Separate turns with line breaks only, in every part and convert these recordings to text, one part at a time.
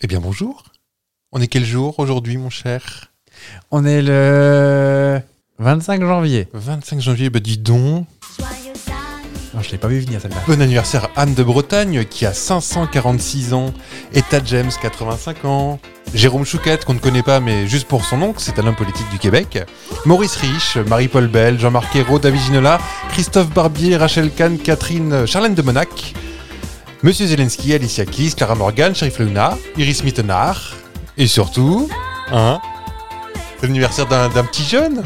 Eh bien bonjour. On est quel jour aujourd'hui mon cher
On est le 25 janvier.
25 janvier, bah dis donc.
Non, je l'ai pas vu venir celle-là.
Bon anniversaire à Anne de Bretagne qui a 546 ans, Etta James 85 ans, Jérôme Chouquette qu'on ne connaît pas mais juste pour son nom, c'est un homme politique du Québec, Maurice Rich, Marie-Paul Bell, Jean-Marc Ayrault, David Ginola, Christophe Barbier, Rachel Kahn, Catherine, Charlène de Monac, Monsieur Zelensky, Alicia Keys, Clara Morgan, Sheriff Luna, Iris Mittenard et surtout, hein, c'est l'anniversaire d'un d'un petit jeune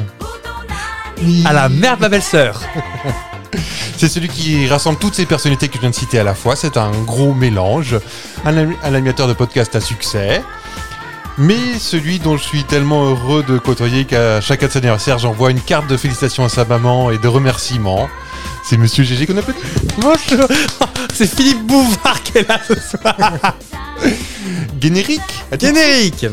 À la merde ma belle-sœur
C'est celui qui rassemble toutes ces personnalités que je viens de citer à la fois. C'est un gros mélange. Un, ami- un animateur de podcast à succès. Mais celui dont je suis tellement heureux de côtoyer qu'à chacun de ses anniversaires, j'envoie une carte de félicitations à sa maman et de remerciements. C'est monsieur GG qu'on appelle.
Bonjour C'est Philippe Bouvard qui est là ce soir
Générique
Générique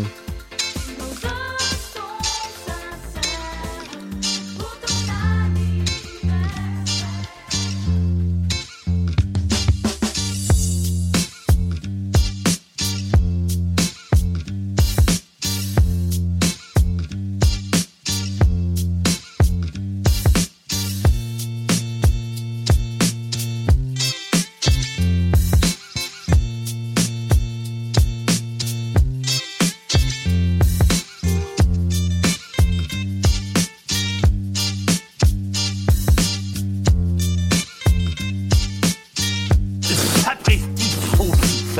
Sapristi fautif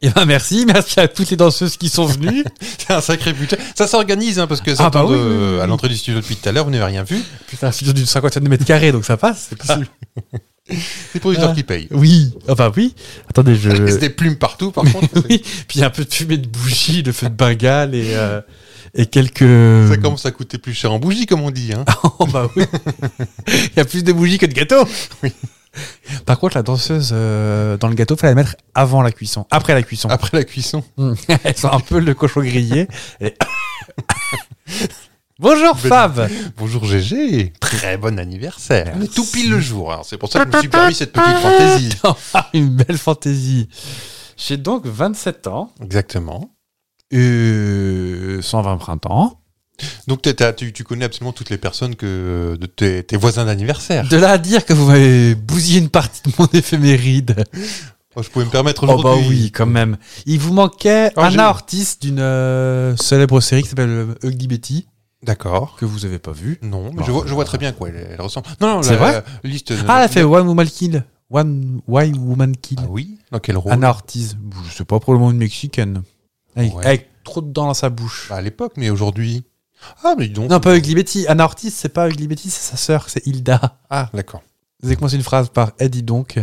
Eh ben merci, merci à toutes les danseuses qui sont venues.
C'est un sacré budget. Ça s'organise hein, parce que ça
Ah bah
tombe,
oui, oui,
euh,
oui,
à
oui.
l'entrée du studio depuis tout à l'heure, vous n'avez rien vu.
Putain, un studio d'une cinquantaine de mètres carrés, donc ça passe, c'est possible.
C'est le producteur
Ah.
qui paye.
Oui, ah bah oui. Attendez, je...
Et C'est des plumes partout, par contre.
oui, puis il y a un peu de fumée de bougie, de feu de Bengale et, euh, et quelques...
Ça commence à coûter plus cher en bougie, comme on dit. hein.
Oh bah oui. Il y a plus de bougies que de gâteaux. Par contre, la danseuse euh, dans le gâteau, fallait la mettre avant la cuisson, après la cuisson.
Après la cuisson.
Mm. Elle sent un peu le cochon grillé. Et- Bonjour Fab.
Bonjour GG, très bon anniversaire.
Merci.
Tout pile le jour, alors c'est pour ça que je me suis permis cette petite fantaisie.
Ah, Une belle fantaisie. J'ai donc 27 ans,
Exactement.
euh, 120 printemps,
Donc t'es- t'as- tu, tu connais absolument toutes les personnes que de tes, tes voisins d'anniversaire.
de là à dire que vous m'avez bousillé une partie de mon éphéméride.
Moi, je pouvais me permettre
Oh
aujourd'hui.
bah oui, quand même. Il vous manquait
Ah, j'ai-
Anna Ortiz d'une euh, célèbre série qui s'appelle euh, Ugly Betty.
D'accord.
que vous avez pas vu.
Non, mais
Non,
je vois, je vois
euh,
très bien quoi. Elle, elle ressemble. Non, non,
C'est
la-
vrai
la liste.
Ah, elle a fait One Woman Kill. One Why Woman Kill.
Ah oui. Dans quel rôle
Anna Ortiz. Je sais pas, probablement une Mexicaine. Avec,
Ouais.
avec trop de dents dans sa bouche.
Bah, À l'époque, mais aujourd'hui. Ah mais dis donc.
Non, pas Ugly Betty. Anna Ortiz, c'est pas Ugly Betty, c'est sa sœur, c'est Hilda.
Ah d'accord.
Vous avez commencé une phrase par Eh, dis donc.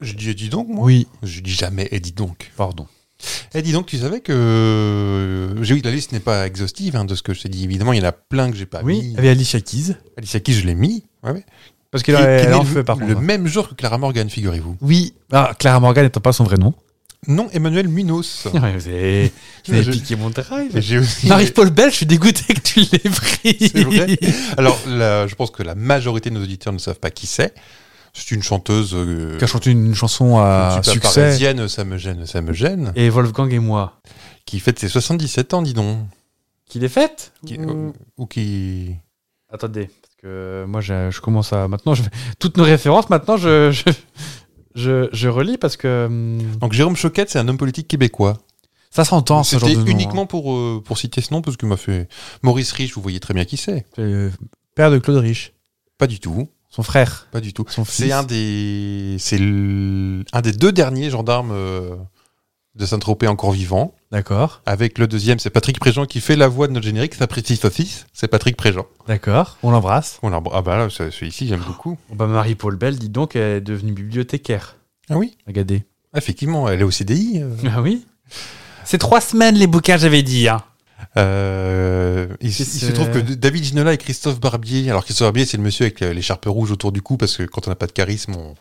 Je dis, eh, dis donc moi.
Oui,
Je dis jamais. Et dis donc.
pardon.
Eh, dis donc, tu savais que. euh, J'ai oui, la liste n'est pas exhaustive hein, de ce que je t'ai dit. Évidemment, il y en a plein que j'ai pas
oui,
mis.
avec Alicia Keys.
Alicia Keys, je l'ai mis. Ouais, ouais.
Parce qu'elle
Qui- qui est
elle
née
en
le,
fait, par
le
contre.
même jour que Clara Morgan, figurez-vous.
Oui, ah, Clara Morgan n'étant pas son vrai nom.
Non, Emmanuel Munoz.
Ouais, vous avez, vous avez
Je-
piqué mon
Et
drive.
j'ai aussi-
Marie-Paul Bell, je suis dégoûté que tu l'aies pris.
C'est vrai. Alors, la- je pense que la majorité de nos auditeurs ne savent pas qui c'est. C'est une chanteuse euh,
Qui a chanté une chanson
un
à
petit peu
succès.
parisienne, ça me gêne, ça me gêne,
Et Wolfgang et moi.
qui fête ses 77 ans, dis donc.
Qu'il est faite
Qui-
Ou-
Ou qui.
Attendez, parce que moi je, je commence à. Maintenant, je... toutes nos références, maintenant je, je, je, je relis parce que. hum,
Donc, Jérôme Choquette, c'est un homme politique québécois.
Ça s'entend Ah, ce genre
C'était
de nom, hein.
uniquement pour, euh, pour citer ce nom, parce que m'a fait. Maurice Rich, vous voyez très bien qui c'est.
hein. C'est le Père de Claude Rich,
Pas du tout.
son frère,
Pas du tout.
son fils.
C'est un des, c'est l- un des deux derniers gendarmes euh, de Saint-Tropez encore vivant.
D'accord,
Avec le deuxième, c'est Patrick Préjean qui fait la voix de notre générique. Ça précise office. C'est Patrick Préjean.
d'accord, on l'embrasse.
On l'a- ah bah là, ce- celui-ci j'aime beaucoup.
Oh bah, Marie-Paul Bell, dis donc, elle est devenue bibliothécaire.
Ah oui,
Regardez.
effectivement, elle est au CDI. euh.
Ah oui C'est trois semaines les bouquins, j'avais dit. Hein.
Euh, il, s-
Qu'est-ce
il se trouve que
que-
David Ginola et Christophe Barbier. Alors Christophe Barbier, c'est le monsieur avec euh, l'écharpe rouge autour du cou parce que quand on n'a pas de charisme, on,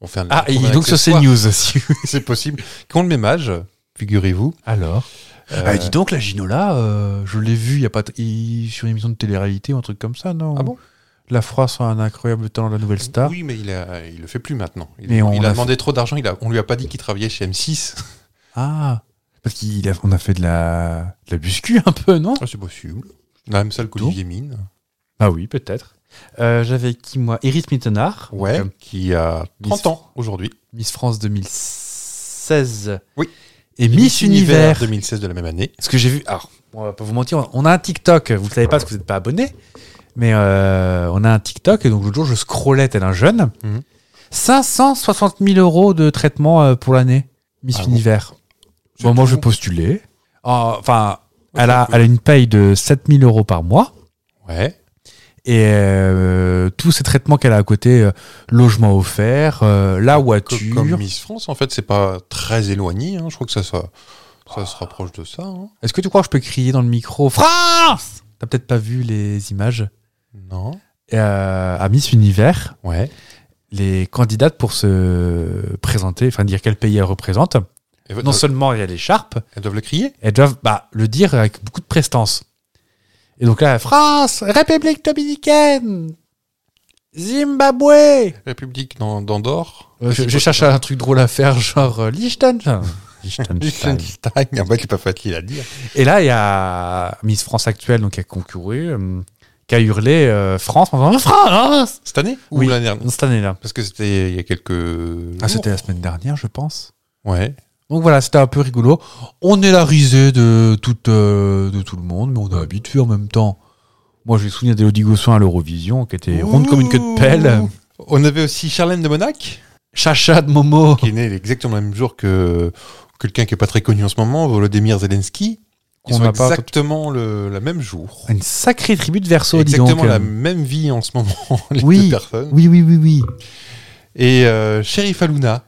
on fait un.
Ah, et
on a un
donc sur
accessoire.
CNews aussi.
C'est possible. Qui ont le même âge, figurez-vous.
Alors
Euh,
Ah, dis donc, la Ginola, euh, je l'ai vue il y a pas t- il- sur une émission de télé-réalité ou un truc comme ça, non
Ah bon
La France a un incroyable talent, la nouvelle star.
Oui, mais il, a, il le fait plus maintenant. Il,
Mais on
il
l'a
a
fait-
demandé trop d'argent. Il a, on lui a pas dit qu'il travaillait chez M6.
Ah, parce qu'on a fait de la, de la buscu un peu, non
Ah, c'est possible. Dans la même salle qu'Olivier Mine.
Ah oui, peut-être. Euh, J'avais qui, moi Iris Mittenard.
Ouais.
donc, euh,
qui a
Miss
30 ans aujourd'hui.
Miss France 2016.
Oui.
Et Miss Univers.
2016 de la même année.
Ce que j'ai vu. Alors, on va pas vous mentir, on a un TikTok. Vous le savez pas parce que vous n'êtes pas abonné. Mais euh, on a un TikTok. Et donc, l'autre jour, je scrollais tel un jeune.
Mhm.
560 000 euros de traitement euh, pour l'année. Miss
Ah bon
Univers.
C'est
Bon, moi,
tout.
je postulais. Ah, Enfin, elle, a, elle a une paye de 7 000 euros par mois.
Ouais.
Et euh, tous ces traitements qu'elle a à côté, euh, logement offert, euh, la
Co-
voiture.
Comme Miss France, en fait, c'est pas très éloigné. hein. Je crois que ça, ça, ça se rapproche de ça. hein.
Est-ce que tu crois que je peux crier dans le micro France T'as peut-être pas vu les images.
Non.
Euh, à Miss Univers,
Ouais.
les candidates pour se présenter, enfin dire quel pays elles représentent,
Et vo-
non seulement il y a l'écharpe,
Elles doivent le crier
elles doivent bah, le dire avec beaucoup de prestance. Et donc là, France, République dominicaine, Zimbabwe.
République d'An- d'Andorre.
Euh, je, je cherche un truc drôle à faire, genre euh, Liechtenstein. Liechtenstein.
Liechtenstein, un mec qui est pas facile à dire.
Et là, il y a Miss France actuelle, donc qui a concouru, euh, qui a hurlé euh, France en disant France
Cette année Ou
Oui. Ah,
l'année dernière
cette année-là.
Parce que c'était il y a quelques. jours.
la semaine dernière, je pense.
Ouais.
Donc voilà, c'était un peu rigolo. On est la risée de, toute, euh, de tout le monde, mais on est habitué en même temps. Moi, j'ai le souvenir d'Elodie Gosson à l'Eurovision, qui était ronde comme une queue de pelle.
On avait aussi Charlène de Monac,
Chacha de Momo.
qui est née exactement le même jour que quelqu'un qui est pas très connu en ce moment, Volodymyr Zelensky. Ils
Qu'on
sont
n'a pas-
exactement le, la même jour.
Une sacrée tribu de verso, dis donc.
Exactement la même vie en ce moment, les
Oui.
deux personnes.
Oui, oui, oui, oui.
Et euh, Sheriff Aluna,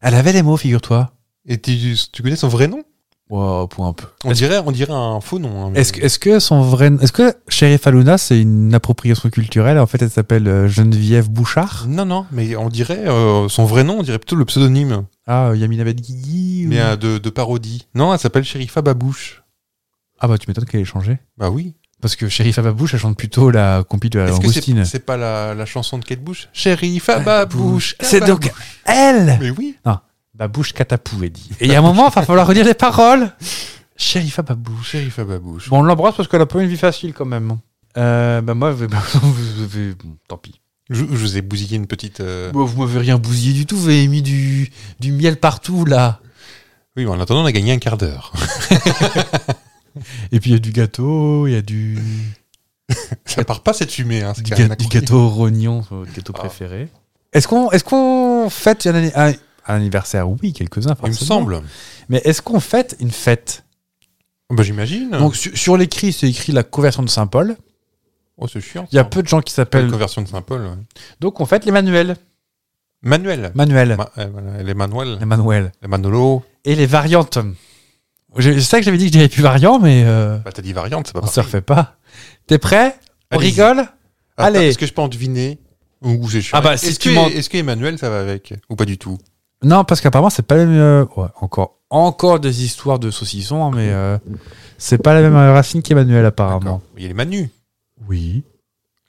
Elle avait les mots, figure-toi.
et tu, tu connais son vrai nom
Wow, pour un peu.
on dirait, on dirait un faux nom. hein, mais-
Est-ce que, est-ce que son vrai, est-ce que Sheriff Aluna c'est une appropriation culturelle En fait, elle s'appelle euh, Geneviève Bouchard.
Non, non, mais on dirait euh, son vrai nom, on dirait plutôt le pseudonyme
Ah, euh, Yamina Benguigui. ou-
mais, euh, de, de parodie. Non, elle s'appelle Sherifa Babouche.
Ah bah tu m'étonnes qu'elle ait changé.
Bah oui.
Parce que Sheriff Babouche, elle chante plutôt la compil de la
Est-ce que c'est,
Langoustine.
c'est pas la, la chanson de Kate Bush Sherifa Babouche.
C'est
Babouche.
donc elle.
Mais oui.
Babouche Katapou, elle dit. Et il y a un moment, il va falloir redire les paroles. Sheriff Babouche.
Sherifa Babouche.
Bon, on l'embrasse parce qu'elle a pas une vie facile quand même. Euh, bah moi, vous avez- bon, tant pis.
Je, je vous ai bousillé une petite. euh,
Bah, vous m'avez rien bousillé du tout, vous avez mis du, du miel partout là.
Oui, mais en attendant, on a gagné un quart d'heure.
Et puis il y a du gâteau, il y a du,
Ça part pas cette fumée. Hein, c'est
du,
quand même
ga- du
incroyable.
gâteau au rognon, c'est votre gâteau
Ah.
préféré. Est-ce qu'on est qu'on fête un, anni- un- un anniversaire Oui, quelques-uns
Il me
forcément.
semble.
Mais est-ce qu'on fête une fête
Bah, j'imagine.
Donc sur, sur l'écrit, c'est écrit la conversion de Saint-Paul.
oh, c'est chiant.
Il y a
ça.
peu de gens qui
Pas
s'appellent.
une conversion de Saint-Paul. ouais.
Donc on fête les Manuels.
Manuel.
Manuel.
Ma- euh, voilà, les Manuel.
Les Manuel.
Les Manolo.
Et les variantes. Je, je sais que j'avais dit que j'avais plus variant, mais euh,
Bah, t'as dit variante, c'est pas
on se
pareil.
refait pas. T'es prêt On
Allez-y.
rigole
Attends,
Allez.
Est-ce que je peux en deviner Ou c'est chiant
Ah bah, si
est-ce
tu
que,
m'en-
est-ce que Emmanuel ça va avec Ou pas du tout
Non, parce qu'apparemment, c'est pas le même. euh, ouais, encore, encore des histoires de saucissons, hein, mais euh, c'est pas la même euh, racine qu'Emmanuel, apparemment.
D'accord. Il y a les Manu,
Oui.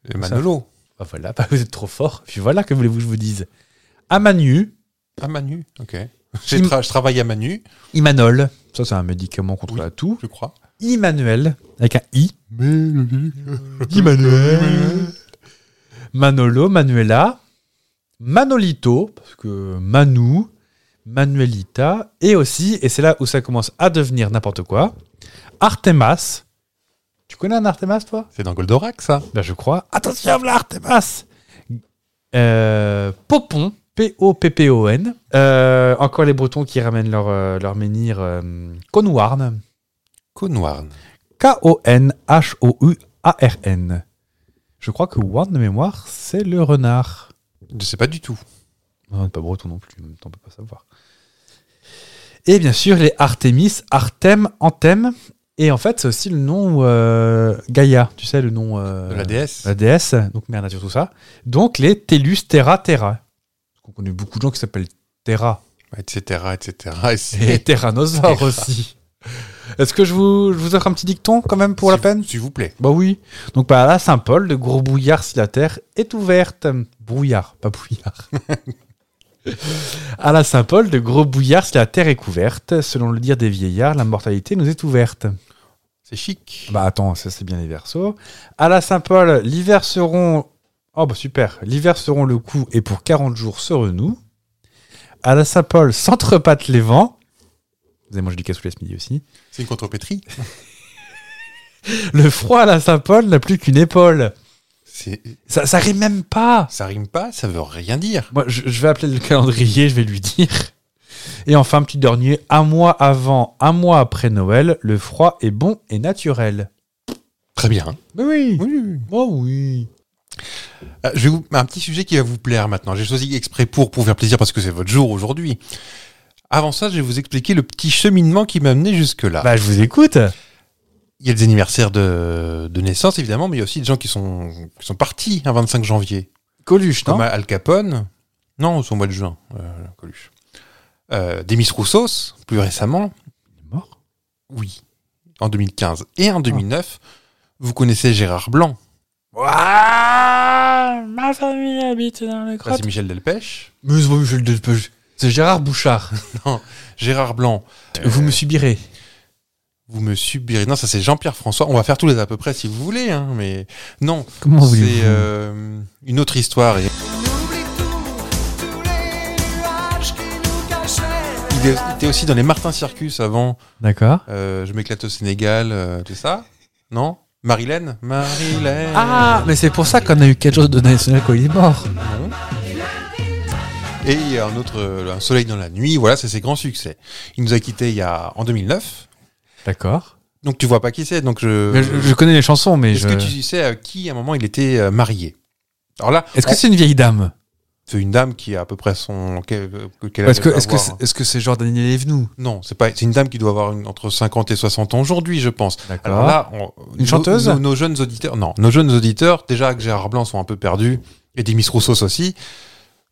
les
Ça.
Manolo.
Bah voilà, bah vous êtes trop fort. Puis voilà, que voulez-vous que je vous dise À Manu,
Ah, Manu, ok. J'ai
Im-
tra- je travaille à Manu,
Imanol. Ça, c'est un médicament contre
Oui.
la toux.
je crois.
Immanuel, avec un I.
Mais le
Manolo, Manuela. Manolito, parce que Manu, Manuelita. Et aussi, et c'est là où ça commence à devenir n'importe quoi, Artemas. Tu connais un Artemas, toi
C'est dans Goldorak, ça
Ben, je crois. Attention, voilà Artemas Euh, Popon, P-O-P-P-O-N. Euh, encore les Bretons qui ramènent leur, euh, leur menhir euh, Conouarn.
Conwarn.
K-O-N-H-O-U-A-R-N. Je crois que Warn de mémoire, c'est le renard.
Je sais pas du tout.
On n'est pas breton non plus, en même temps, on peut pas savoir. Et bien sûr, les Artemis, Artem, Anthem. Et en fait, c'est aussi le nom euh, Gaïa, tu sais, le nom. euh,
De la déesse
la déesse, donc mère nature, tout ça. Donc les Tellus Terra Terra. On connaît beaucoup de gens qui s'appellent Terra.
Etc, etc. Et
Et
c'est-
Terranosaur
Terra.
aussi. Est-ce que je vous, je vous offre un petit dicton quand même pour la
S'il-
peine
S'il vous plaît.
Bah oui. Donc bah, là, Saint-Paul, le gros brouillard si la terre est ouverte. Brouillard, pas brouillard. À la Saint-Paul, de gros bouillards si la terre est couverte. Selon le dire des vieillards, la mortalité nous est ouverte.
C'est chic.
Bah attends, ça c'est bien les versos. À la Saint-Paul, l'hiver seront. Oh bah super, l'hiver seront le coup et pour 40 jours serons nous. À la Saint-Paul, s'entrepatent les vents. Vous avez mangé du cassoulet ce midi aussi.
C'est une contrepétrie.
Le froid à la Saint-Paul n'a plus qu'une épaule.
C'est-
Ça, ça rime même pas.
Ça rime pas, ça veut rien dire.
Moi, je, je vais appeler le calendrier, je vais lui dire. Et enfin, petit dernier, un mois avant, un mois après Noël, le froid est bon et naturel.
Très bien.
Mais Bah oui,
Oui, oui, oui.
moi oui.
Ah, je vais vous... Un petit sujet qui va vous plaire maintenant. J'ai choisi exprès pour, pour vous faire plaisir parce que c'est votre jour aujourd'hui. Avant ça, je vais vous expliquer le petit cheminement qui m'a amené jusque-là.
Bah, je vous écoute.
Il y a des anniversaires de, de naissance, évidemment, mais il y a aussi des gens qui sont, qui sont partis un 25 janvier.
Coluche, non
Comme Al Capone. Non, c'est au mois de juin, euh, Coluche. Euh, Demis Roussos, plus récemment.
Mort.
Oui. En 2015. Et en 2009, vous connaissez Gérard Blanc.
Ouah, ma famille habite dans le
Là, c'est Michel Delpech.
Mais c'est pas Michel Delpech. C'est Gérard Bouchard.
Gérard Blanc,
Vous me subirez.
vous me subirez. Non, ça c'est Jean-Pierre François. On va faire tous les à peu près si vous voulez, hein, mais non.
Comment
C'est euh, une autre histoire. et- Il était aussi dans les Martin Circus avant.
D'accord.
Euh, je m'éclate au Sénégal, euh, tout ça. Non Marilène Marilène
Ah, mais c'est pour ça qu'on a eu quelque chose de national quand il est mort.
Non. Et il y a un autre, euh, Un soleil dans la nuit, voilà, c'est ses grands succès. Il nous a quittés il y a, en 2009.
D'accord.
Donc tu vois pas qui c'est, donc je.
Je, je connais les chansons, mais
Est-ce
je.
que tu sais à qui, à un moment, il était euh, marié Alors là,
Est-ce
on-
que c'est une vieille dame
c'est une dame qui a à peu près son. euh, quel- quel âge
Est-ce que
elle doit
est-ce que
avoir
c'est est-ce que c'est genre Daniel Evenou
Non, c'est pas. C'est une dame qui doit avoir une- entre 50 et 60 ans aujourd'hui, je pense. Alors là, on-
Une
nos-
chanteuse
nos, nos jeunes auditeurs, non, nos jeunes auditeurs, déjà que Gérard Blanc sont un peu perdus et Demis Roussos aussi.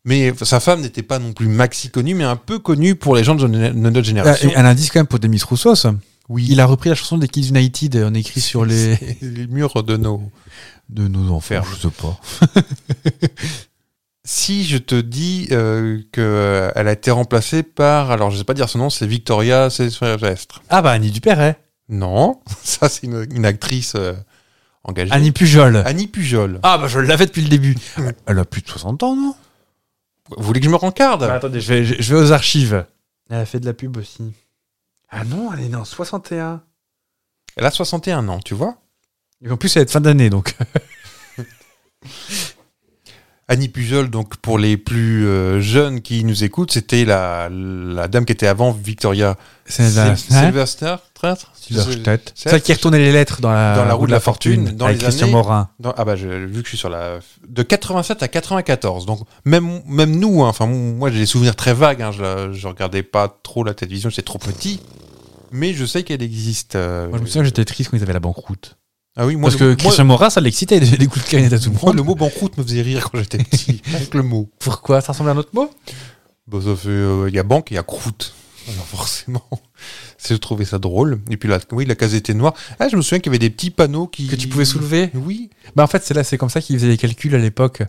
Mais sa femme n'était pas non plus maxi connue, mais un peu connue pour les gens de de notre
Ah,
génération.
et un indice quand même pour Demis Roussos.
Oui.
Il a repris la chanson des Kids United, on écrit sur les
C'est les murs de nos.
de nos enfers.
Ferme.
Je sais pas.
Si je te dis euh, que elle a été remplacée par, alors je sais pas dire son nom, c'est Victoria Silvestre.
Ah bah Annie Dupéret,
Non, ça c'est une, une actrice euh, engagée.
Annie Pujol. Hmm.
Annie Pujol.
Ah bah je l'avais depuis le début. Elle a plus de 60 ans, non
Vous voulez que je me rencarde
Bah, Attendez, je vais, je- je vais aux archives. Elle a fait de la pub aussi. Ah non, elle est née en 61.
Elle a 61 ans, tu vois.
Et en plus, elle est de fin d'année, donc.
Annie Pujol, donc pour les plus euh, jeunes qui nous écoutent, c'était la, la dame qui était avant Victoria
C'est hein la...
Sil- Silverstein, traître
Silverstadt.
c'est-
C'est elle qui retournait les lettres dans la,
Dans la roue de la fortune, dans
avec
les
Christian
années-
Morin.
Non, ah bah je- vu que je suis sur la de 87 à 94, donc même même nous, hein, enfin moi j'ai des souvenirs très vagues, hein, je, la- je regardais pas trop la télévision, j'étais trop petit, mais je sais qu'elle existe. euh,
Moi, je me souviens que j'étais triste quand ils avaient la banqueroute.
ah oui, moi,
Parce
le,
que Christian Morin, ça l'excitait, il des coups de canette à tout le
moi- moi,
monde.
le mot banqueroute me faisait rire quand j'étais petit. avec le mot.
Pourquoi Ça ressemble à un autre mot
Bah, ça fait, euh, il y a banque et il y a croûte. Alors forcément, je trouvais ça drôle. Et puis là, oui, la case était noire. Ah, je me souviens qu'il y avait des petits panneaux qui
Que tu pouvais soulever
Oui.
Bah en fait, c'est là, c'est comme ça qu'ils faisaient les calculs à l'époque.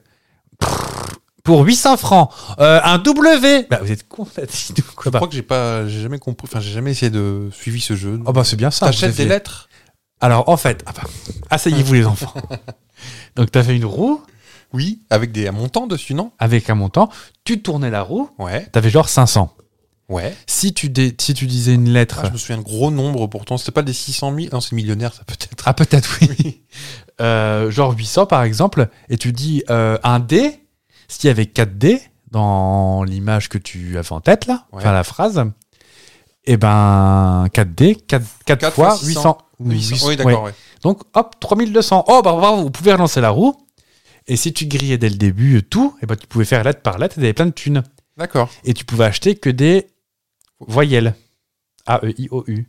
Pour 800 francs, euh, un W. Bah vous êtes con, la tine, ou quoi
Je
bah.
crois que j'ai pas, j'ai jamais compris. Enfin, j'ai jamais essayé de suivi ce jeu.
Oh bah c'est bien ça.
T'achètes
vous aviez-
des lettres.
Alors en fait, ah bah, asseyez-vous les enfants. Donc t'as fait une roue
Oui, avec des montants dessus, non
avec un montant, tu tournais la roue,
Ouais,
t'avais genre 500.
ouais.
Si tu, dé- si tu disais une lettre,
Ah, je me souviens de gros nombres pourtant. C'était pas des 600 000. Non, c'est millionnaire, ça peut-être.
ah peut-être oui, Euh, genre 800 par exemple, et tu dis euh, un D, s'il y avait 4 D dans l'image que tu avais en tête là,
Ouais.
enfin la phrase, et ben 4 D, 4,
Quatre
fois
fois
800.
600.
Ou 800,
Oui,
ouais.
d'accord, ouais.
Donc hop, 3200. Oh bah bravo, vous pouvez relancer la roue. Et si tu grillais dès le début euh, tout, et ben tu pouvais faire lettre par lettre, et t'avais plein de thunes.
D'accord.
Et tu pouvais acheter que des voyelles. A, E, I, O, U.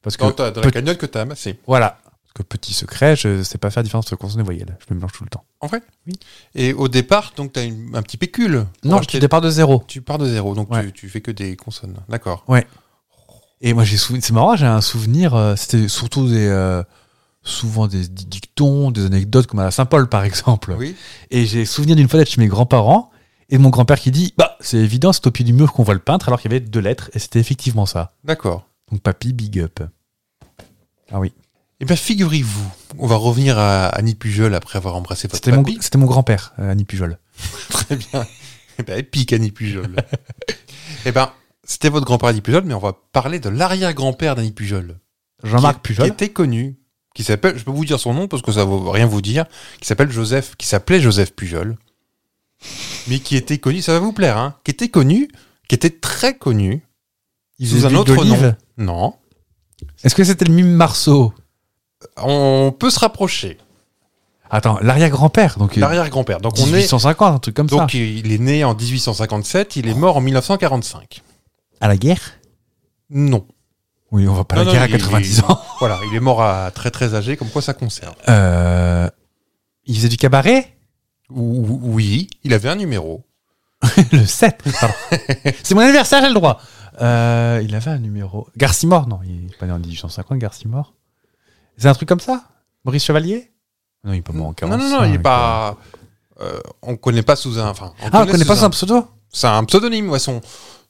Parce que
Dans, ta- dans la
peut-
cagnotte que t'as amassée.
voilà. Parce que petit secret, je sais pas faire différence entre consonnes et voyelles. Je me mélange tout le temps.
Et au départ, donc t'as une- un petit pécule. pour
non,
acheter-
tu départ de zéro.
tu pars de zéro, donc
Ouais.
tu, tu fais que des consonnes. D'accord.
Et moi, j'ai souvi- c'est marrant, j'ai un souvenir, euh, c'était surtout des, euh, souvent des, des dictons, des anecdotes, comme à la Saint-Paul, par exemple.
Oui.
Et j'ai souvenir d'une fois d'être chez mes grands-parents, Et mon grand-père qui dit Bah, c'est évident, c'est au pied du mur qu'on voit le peintre, alors qu'il y avait deux lettres, et c'était effectivement ça.
D'accord.
Donc, papy, big up. Ah oui.
Eh bien, figurez-vous, on va revenir à Annie Pujol après avoir embrassé votre
C'était mon,
papy.
c'était mon grand-père, euh, Annie Pujol.
Très bien. Eh ben, épique Annie Pujol. eh ben, c'était votre grand-père Annie Pujol, mais on va parler de l'arrière-grand-père d'Annie Pujol.
Jean-Marc
qui-
Pujol.
Qui était connu, qui s'appelle, je peux vous dire son nom parce que ça ne veut rien vous dire, qui s'appelle Joseph, qui s'appelait Joseph Pujol, mais qui était connu, ça va vous plaire, hein, qui était connu, qui était très connu,
Il
sous
faisait
un
de l'huile
autre
d'olive.
nom. Non.
Est-ce que c'était le mime Marceau
On peut se rapprocher.
Attends, l'arrière-grand-père, donc euh,
L'arrière-grand-père. Donc on est.
1850, un truc comme
Donc
ça.
il est né en 1857, il est mort en 1945.
À la guerre
Non.
Oui, on va pas à
Non,
la guerre
non,
à
il-
90 ans.
Voilà, il est mort à très très âgé, comme quoi ça conserve.
Euh, il faisait du cabaret
Ou- Oui, il avait un numéro.
Le 7. pardon. C'est mon anniversaire, j'ai le droit. Euh, il avait un numéro. Garcimore, non, il est pas né en 1850, Garcimore. C'est un truc comme ça Maurice Chevalier Non, il est pas mort en
Non, non,
45.
non, il est pas. Ah, euh, on connaît pas sous un. Enfin, on
Ah, on connaît pas
sous
son pseudo
C'est un pseudonyme, ouais, son,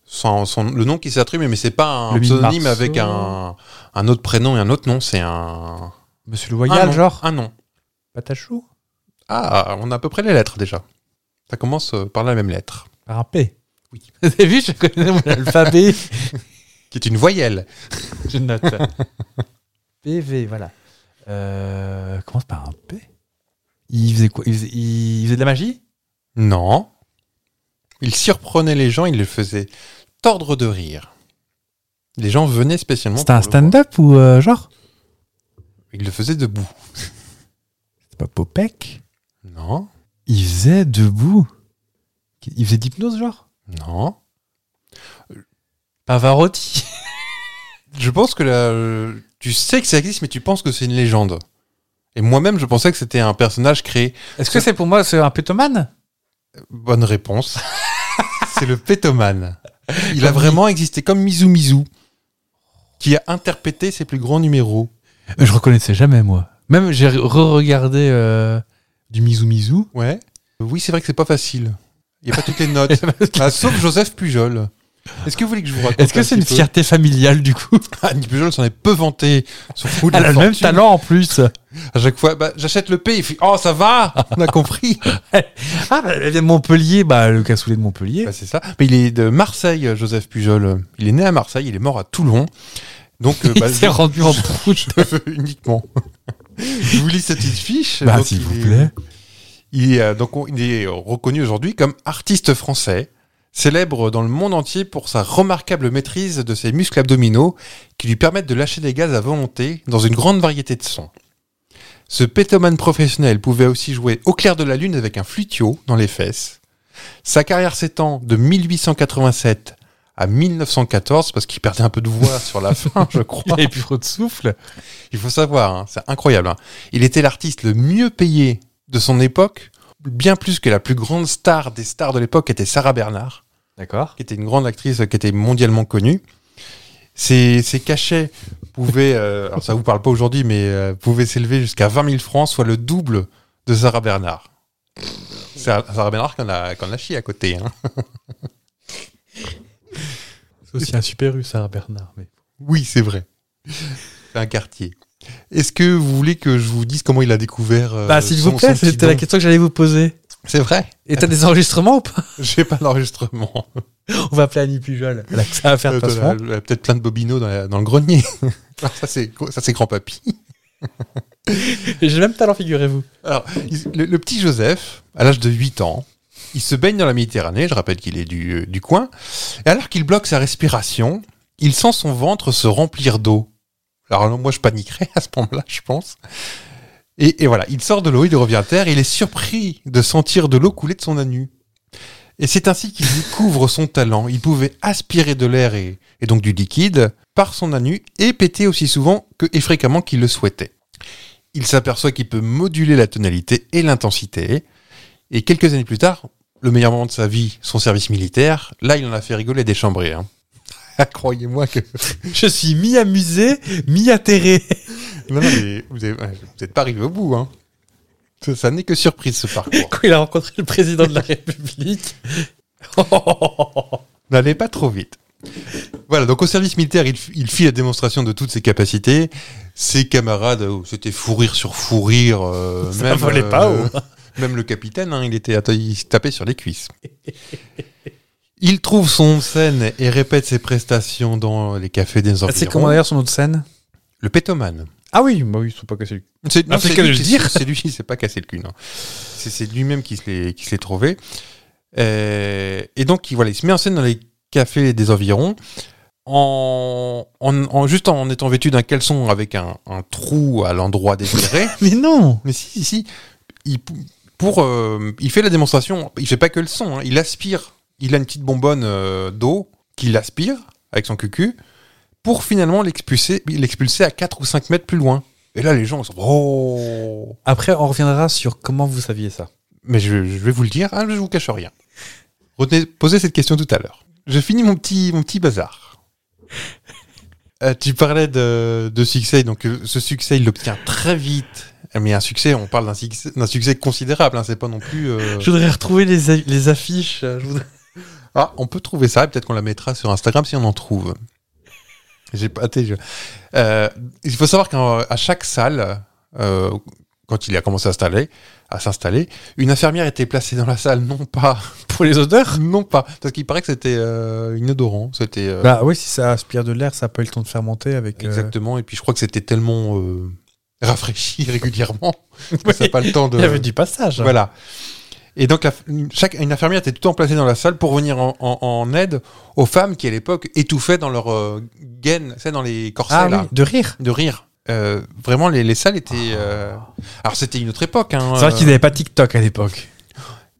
son- son- le nom qui s'est attribué, mais c'est pas un
Le
pseudonyme
Marceau.
avec un, un autre prénom et un autre nom, c'est un.
Monsieur
un
Loyal,
nom,
genre
Un nom.
Patachou
Ah, on a à peu près les lettres déjà. Ça commence euh, par la même lettre,
Par un P.
Oui.
Vous avez vu, je connais mon alphabet.
qui est une voyelle.
je note. PV, voilà. Euh, commence par un P. Il faisait quoi il faisait, il faisait de la magie
Non. Il surprenait les gens, il les faisait tordre de rire. Les gens venaient spécialement.
C'était un
pour le voir.
stand-up ou euh, genre
Il le faisait debout.
C'est pas Popek
Non.
Il faisait debout. Il faisait d'hypnose, genre
Non.
Pavarotti.
Je pense que la- euh, tu sais que ça existe, mais tu penses que c'est une légende. Et moi-même, je pensais que c'était un personnage créé.
Est-ce que c'est pour moi c'est un pétomane
Bonne réponse. c'est le pétoman. Il a vraiment existé comme Mizu Mizu, qui a interprété ses plus grands numéros.
Je reconnaissais jamais, moi. Même j'ai re-regardé euh, du Mizu Mizu.
Ouais. Oui, c'est vrai que c'est pas facile. Il n'y a pas toutes les notes. Ah, sauf Joseph Pujol. Est-ce que vous voulez que je vous raconte
Est-ce que
un
c'est
petit
une
peu
fierté familiale, du coup
Annie Pujol s'en est peu vantée. Son coup de
Elle a le même
fortune.
talent en plus.
À chaque fois, bah, j'achète le P. Il fait Oh, ça va On a compris.
Ah, bah, elle vient de Montpellier, bah, le cassoulet de Montpellier.
Bah, c'est ça. Mais il est de Marseille, euh, Joseph Pujol. Euh, Il est né à Marseille, il est mort à Toulon. Donc, euh, bah,
il s'est
je-
rendu en prout.
uniquement. je vous lis cette petite fiche.
Bah,
Donc,
s'il
il
vous
est-
plaît.
Il est, euh, donc, on- il est reconnu aujourd'hui comme artiste français, célèbre dans le monde entier pour sa remarquable maîtrise de ses muscles abdominaux qui lui permettent de lâcher des gaz à volonté dans une grande variété de sons. Ce pétomane professionnel pouvait aussi jouer au clair de la lune avec un flutio dans les fesses. Sa carrière s'étend de 1887 à 1914 parce qu'il perdait un peu de voix sur la fin, je
Il
crois.
avait plus trop de souffle.
Il faut savoir, hein, c'est incroyable. hein. Il était l'artiste le mieux payé de son époque, bien plus que la plus grande star des stars de l'époque, qui était Sarah Bernard,
D'accord.
qui était une grande actrice euh, qui était mondialement connue. Ses, ses cachets pouvaient, euh, alors ça vous parle pas aujourd'hui, mais euh, pouvaient s'élever jusqu'à 20 000 francs, soit le double de Sarah Bernard. Sarah Sarah Bernard qu'on a, qu'on a chié à côté. hein.
C'est aussi un super russe, ça, Bernard. Mais...
Oui, c'est vrai. C'est un quartier. Est-ce que vous voulez que je vous dise comment il a découvert euh,
bah, s'il
son-
vous plaît,
son petit
c'était la
don
question que j'allais vous poser.
C'est vrai
Et t'as des enregistrements ou pas
J'ai pas d'enregistrement.
On va appeler Annie Pujol. Elle a que ça à faire, de toute
Euh,
façon.
elle a peut-être plein de bobineaux dans, la- dans le grenier. Alors, ça, c'est ça, c'est grand-papy.
Et J'ai le même talent, figurez-vous.
Alors, il- le, le petit Joseph, à l'âge de 8 ans, il se baigne dans la Méditerranée, je rappelle qu'il est du, du coin, et alors qu'il bloque sa respiration, il sent son ventre se remplir d'eau. Alors non, moi, je paniquerais à ce moment-là, je pense. Et, et voilà, il sort de l'eau, il revient à terre, et il est surpris de sentir de l'eau couler de son anus. Et c'est ainsi qu'il découvre son talent. Il pouvait aspirer de l'air et, et donc du liquide par son anus et péter aussi souvent que, et fréquemment qu'il le souhaitait. Il s'aperçoit qu'il peut moduler la tonalité et l'intensité. Et quelques années plus tard, le meilleur moment de sa vie, son service militaire, là, il en a fait rigoler des chambrés. hein. Ah, Croyez-moi que.
Je suis mi-amusé, mi-atterré.
Non, non, mais vous n'êtes pas arrivé au bout. hein. Ça, ça n'est que surprise ce parcours.
Quand il a rencontré le président de la République. Oh,
N'allez pas trop vite. Voilà, donc au service militaire, il, f- il fit la démonstration de toutes ses capacités. Ses camarades, euh, c'était fou rire sur fou rire. euh,
Ça volait pas, oh.
Même le capitaine, hein, il, était, atta- il se tapait sur les cuisses. Il trouve son scène et répète ses prestations dans les cafés des environs.
Ah, C'est comment hein d'ailleurs son autre scène
Le pétoman.
Ah oui, bah oui, ils sont pas cassés.
C'est
Ah,
non,
c'est
c'est
qu'à
lui,
le
qui-
dire.
c'est lui qui s'est pas cassé le cul. non. C'est c'est lui-même qui se l'est qui se l'est trouvé. Euh, et donc, il, voilà, il se met en scène dans les cafés des environs, en, en- en- juste en étant vêtu d'un caleçon avec un, un trou à l'endroit désiré.
Mais non
Mais si, si, si, il, pou- pour, euh, il fait la démonstration. Il fait pas que le son. hein. il aspire. Il a une petite bonbonne euh, d'eau qu'il aspire avec son cucu pour finalement l'expulser, l'expulser à 4 ou 5 mètres plus loin. Et là, les gens ils sont oh.
Après, on reviendra sur comment vous saviez ça.
Mais je, je vais vous le dire, hein, je vous cache rien. Retenez, posez cette question tout à l'heure. Je finis mon petit, mon petit bazar. Euh, tu parlais de, de succès, donc euh, ce succès, il l'obtient très vite. Mais un succès, on parle d'un succès, d'un succès considérable, hein, c'est pas non plus. euh,
Je voudrais retrouver les, a- les affiches. euh, je voudrais-
Ah, on peut trouver ça, et peut-être qu'on la mettra sur Instagram si on en trouve. J'ai pas. t'es- je- Euh, il faut savoir qu'à à chaque salle, euh, quand il a commencé à s'installer, à s'installer, une infirmière était placée dans la salle, non pas
Pour les odeurs
Non pas, parce qu'il paraît que c'était euh, inodorant, c'était euh,
Bah oui, si ça aspire de l'air, ça peut le temps de fermenter avec. euh,
exactement. Et puis je crois que c'était tellement euh, rafraîchi régulièrement, que ça n'a pas le temps de.
Il y avait du passage.
Voilà. Et donc la- chaque une infirmière était tout le temps placée dans la salle pour venir en, en- en aide aux femmes qui à l'époque étouffaient dans leur euh, gaine, c'est dans les corsets
Ah
là,
oui, de rire.
de rire. Euh, vraiment les, les salles étaient. euh, Alors c'était une autre époque. Hein,
C'est vrai
euh,
qu'ils n'avaient pas TikTok à l'époque.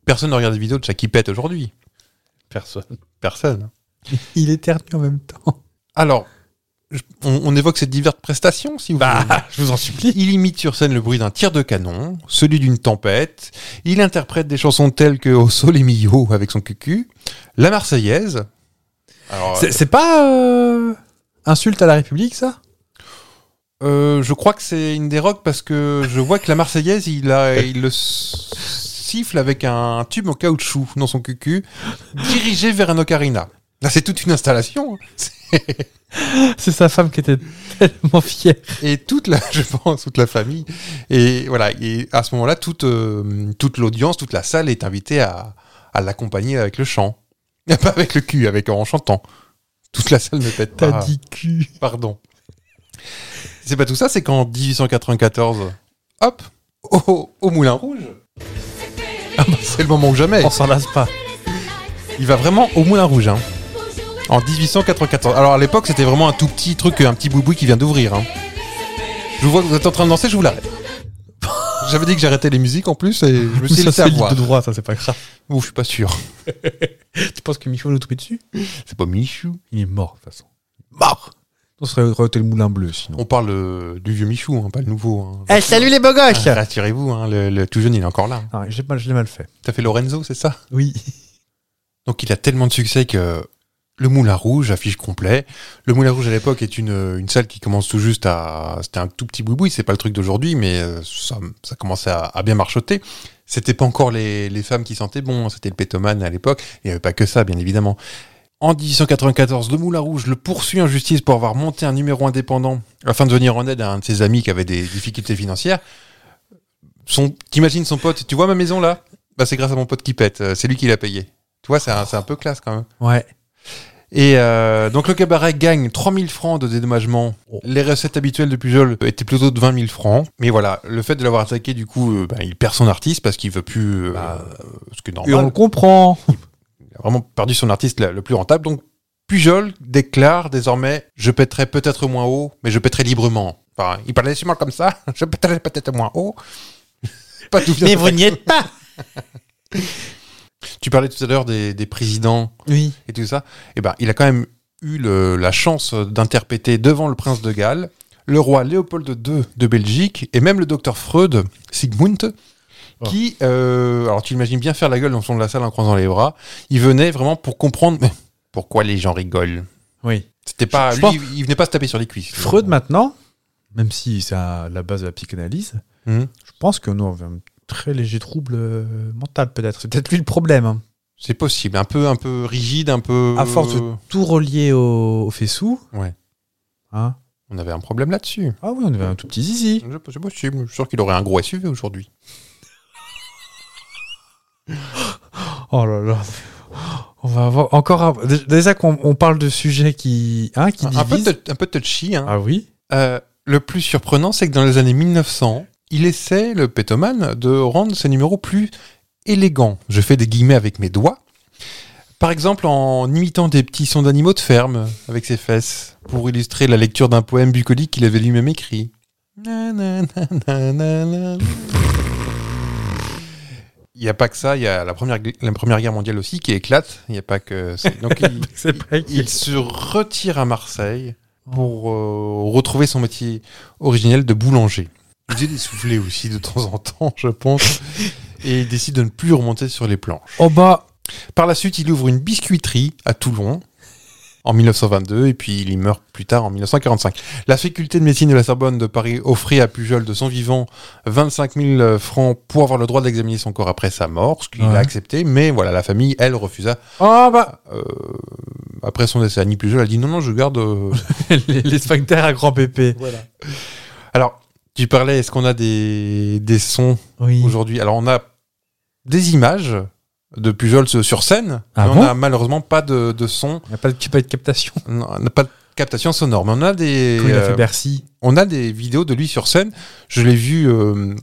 Personne ne regarde des vidéos de Jackie Pète aujourd'hui.
Personne.
Personne.
Il éternue en même temps.
Alors, je- on, on évoque ces diverses prestations, si vous voulez.
Bah, je vous en supplie.
Il imite sur scène le bruit d'un tir de canon, celui d'une tempête. Il interprète des chansons telles que Au sol et Millau avec son cucu, La Marseillaise. Alors,
C'est c'est pas. euh, Insulte à la République, ça
euh, je crois que c'est une des rocs parce que je vois que La Marseillaise, il, a, il le s- siffle avec un tube en caoutchouc dans son cucu, dirigé vers un ocarina. Là, c'est toute une installation. hein.
C'est sa femme qui était tellement fière.
et toute la, je pense, toute la famille. Et voilà, et à ce moment-là, toute, euh, toute l'audience, toute la salle est invitée à, à l'accompagner avec le chant. Pas avec le cul, avec en chantant. Toute la salle ne pète
T'as
pas.
dit cul.
Pardon. C'est pas tout ça, c'est qu'en 1894, hop, au, au Moulin Rouge. Ah bah, c'est le moment ou jamais.
On s'en lasse pas.
Il va vraiment au Moulin Rouge. hein. En 1894. Alors à l'époque, c'était vraiment un tout petit truc, un petit boui qui vient d'ouvrir. hein. Je vois que vous êtes en train de danser, je vous l'arrête. J'avais dit que j'arrêtais les musiques en plus et je me suis
Ça
laissé
c'est libre
avoir.
de droit, ça c'est pas grave.
Ouh, je suis pas sûr.
Tu penses que Michou va nous tomber dessus
C'est pas Michou.
Il est mort de toute façon. Mort On serait aurait été le moulin bleu sinon.
On parle euh, du vieux Michou, hein, pas le nouveau. hein.
Eh, salut les beaux gauches
Ah, Rassurez-vous, hein, le, le tout jeune, il est encore là.
Ah, j'ai mal- Je l'ai mal fait.
T'as fait Lorenzo, c'est ça
Oui.
Donc il a tellement de succès que le Moulin Rouge affiche complet. Le Moulin Rouge à l'époque est une, une salle qui commence tout juste à... C'était un tout petit boui c'est pas le truc d'aujourd'hui, mais euh, ça, ça commençait à, à bien marchoter. C'était pas encore les, les femmes qui sentaient bon, c'était le pétoman à l'époque. Il n'y avait pas que ça, bien évidemment. En 1894, le Moulin Rouge le poursuit en justice pour avoir monté un numéro indépendant afin de venir en aide à un de ses amis qui avait des difficultés financières. Son, t'imagines son pote, tu vois ma maison là Bah c'est grâce à mon pote qui pète, euh, c'est lui qui l'a payé. Tu vois, c'est un, c'est un peu classe quand même.
Ouais.
Et euh, donc le cabaret gagne 3000 francs de dédommagement.
Oh.
Les recettes habituelles de Pujol étaient plutôt de 20 000 francs. Mais voilà, le fait de l'avoir attaqué, du coup, euh, ben, il perd son artiste parce qu'il veut plus... euh,
Bah,
ce qui est
Et on
normal.
le comprend.
Il a vraiment perdu son artiste le, le plus rentable. Donc Pujol déclare désormais, je pèterai peut-être moins haut, mais je pèterai librement. Enfin, il parlait sûrement comme ça, je pèterai peut-être moins haut. Pas tout bien.
n'y êtes pas
Tu parlais tout à l'heure des- des présidents
Oui.
et tout ça, eh ben, il a quand même eu le- la chance d'interpréter devant le prince de Galles, le roi Léopold II de Belgique et même le docteur Freud, Sigmund,
Oh.
qui, euh, alors tu imagines bien faire la gueule dans le fond de la salle en croisant les bras, il venait vraiment pour comprendre pourquoi les gens rigolent.
Oui.
C'était pas,
Je
lui,
pense-
il- il venait pas se taper sur les cuisses.
Freud maintenant, même si c'est à la base de la psychanalyse,
Mhm.
je pense que nous on vient très léger trouble euh, mental, peut-être. C'est peut-être lui le problème. hein.
C'est possible. Un peu, un peu rigide, un peu.
À force de tout relier au, au fessou.
Ouais.
Hein
On avait un problème là-dessus.
ah oui, on avait un tout petit zizi.
Je- C'est possible. Je suis sûr qu'il aurait un gros SUV aujourd'hui.
Oh là là. On va avoir encore. un- Dé- Déjà qu'on on parle de sujets qui, hein, qui
Un, un peu,
divisent.
tou- un peu touchy. hein.
Ah oui
Euh, le plus surprenant, c'est que dans les années 1900, il essaie, le pétoman, de rendre ses numéros plus élégants. Je fais des guillemets avec mes doigts. Par exemple, en imitant des petits sons d'animaux de ferme avec ses fesses, pour illustrer la lecture d'un poème bucolique qu'il avait lui-même écrit. Na, na, na, na, na, na. Il n'y a pas que ça, il y a la première, gu- la première guerre mondiale aussi qui éclate. Il n'y a pas que. c'est- Donc, il-
C'est pas
il se retire à Marseille pour euh, retrouver son métier originel de boulanger. Il faisait des soufflés aussi de temps en temps, je pense, et il décide de ne plus remonter sur les planches.
Oh bah.
Par la suite, il ouvre une biscuiterie à Toulon en 1922 et puis il y meurt plus tard en 1945. La faculté de médecine de la Sorbonne de Paris offrit à Pujol de son vivant 25 000 francs pour avoir le droit d'examiner son corps après sa mort, ce qu'il
Ouais.
a accepté, mais voilà, la famille, elle, refusa
Oh bah.
euh, après son décès, Annie Pujol a dit non, non, je garde. euh.
les, les sphincters à grand pépé.
Alors, tu parlais, est-ce qu'on a des, des sons
Oui.
aujourd'hui Alors, on a des images de Pujol se- sur scène,
Ah
mais
bon
on a malheureusement pas de, de son,
Il n'y a pas de, pas de captation.
non, on n'a pas de captation sonore, mais on a des,
Quand il a
euh,
fait Bercy.
on a des vidéos de lui sur scène. Je l'ai vu euh,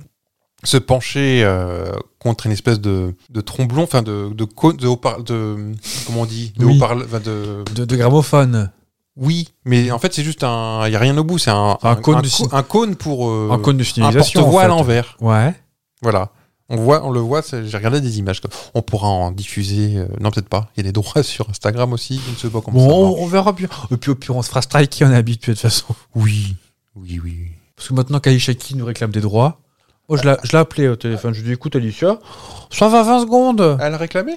se pencher euh, contre une espèce de, de tromblon, enfin de de, cône- de, haut-par- de comment on dit, de
Oui.
haut-parle- enfin, de
De, de gramophone.
Oui, mais en fait, c'est juste un. Il n'y a rien au bout, c'est un,
Un cône du
co-
cin-
un cône pour. euh,
en cône de
un
signalisation.
porte-voix à
en fait.
l'envers.
Ouais.
Voilà. On, voit, on le voit, c'est- j'ai regardé des images. quoi. On pourra en diffuser. euh, non, peut-être pas. Il y a des droits sur Instagram aussi. Je ne sais pas comment ça
Bon,
marche.
on, on verra bien. Et puis au pire, on se fera striker, on est habitué de toute façon.
Oui. Oui, oui.
Parce que maintenant qu'Aishaki nous réclame des droits. Oh, je l'ai je l'ai appelé au téléphone. Je lui ai dit, écoute, Alicia, ça va 20 secondes.
Elle réclamait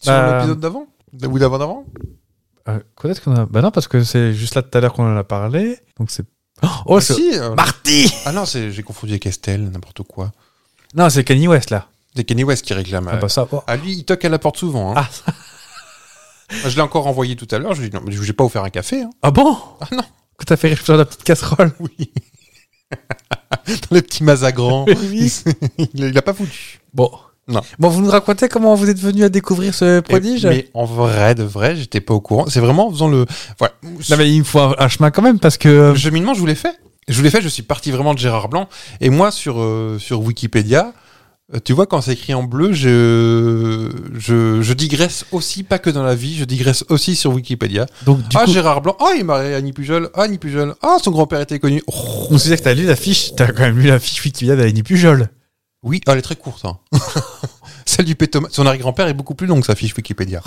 Sur
Sur Ah. Bah,
l'épisode
l'épisode
d'avant Ou d'avant d'avant
Euh, quoi est-ce qu'on a. Bah non, parce que c'est juste là tout à l'heure qu'on en a parlé. Donc c'est. Oh, c'est- Marty
Bah, Ah non, c'est- j'ai confondu avec Estelle, n'importe quoi.
Non, c'est Kanye West là.
C'est Kenny West qui réclame.
Ah, bah ça. oh.
Ah, lui, il toque à la porte souvent. hein.
Ah, ça-
Je l'ai encore envoyé tout à l'heure. Je lui ai dit non, mais je vais pas offert un café. hein.
ah bon
Ah non
Quand t'as fait réfléchir la petite casserole.
Oui. Dans le petit Mazagran.
Oui.
il il a pas foutu.
Bon.
Non.
Bon, vous nous racontez comment vous êtes venu à découvrir ce prodige
Et- mais en vrai, de vrai, j'étais pas au courant. C'est vraiment en faisant le. Voilà.
Non, mais il me faut un, un chemin quand même parce que. euh,
Le cheminement, je vous l'ai fait. Je vous l'ai fait, je suis parti vraiment de Gérard Blanc. Et moi, sur, euh, sur Wikipédia, euh, tu vois, quand c'est écrit en bleu, je, je, je digresse aussi, pas que dans la vie, je digresse aussi sur Wikipédia.
Donc, du
ah,
coup,
Gérard Blanc, ah, il est marié à Annie Pujol, ah, Annie Pujol, ah, son grand-père était connu. Oh,
on se disait que t'as lu la fiche. T'as quand même lu la fiche Wikipédia d'Annie Pujol.
oui, ah, elle est très courte. hein. Celle du Pétoma. Son arrière-grand-père est beaucoup plus longue, sa fiche Wikipédia.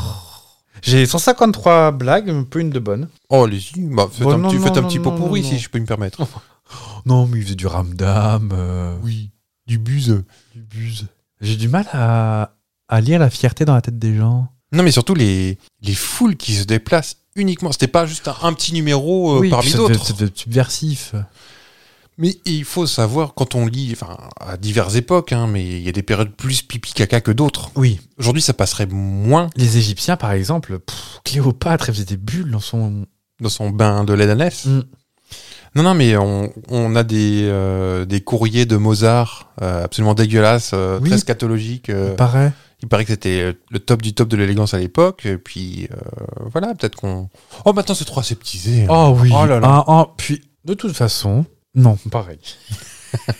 J'ai 153 blagues, mais pas une de bonne.
Oh, allez-y, bah, faites
Bon,
un
non,
petit,
non,
faites un
non,
petit
non,
pot pourri
non,
si
non.
je peux me permettre.
Non, mais il faisait du ramdam. euh,
Oui, du buse.
du buse. J'ai du mal à, à lire la fierté dans la tête des gens.
Non, mais surtout les, les foules qui se déplacent uniquement. C'était pas juste un, un petit numéro euh, parmi
ça devait-
d'autres.
ça devait être subversif.
Mais il faut savoir, quand on lit, enfin, à diverses époques, hein, mais il y a des périodes plus pipi-caca que d'autres.
Oui.
Aujourd'hui, ça passerait moins
Les Égyptiens, par exemple, pff, Cléopâtre, elle faisait des bulles dans son.
dans son bain de lait d'ânesse.
Mm.
Non, non, mais on, on a des, euh, des courriers de Mozart euh, absolument dégueulasses, euh,
Oui.
très scatologiques. euh,
Pareil.
Il paraît que c'était euh, le top du top de l'élégance à l'époque. Et puis, euh, voilà, peut-être qu'on. Oh, maintenant, c'est trop aseptisé.
Oh oui.
Oh là là.
Ah, ah, puis, de toute façon, non, pareil.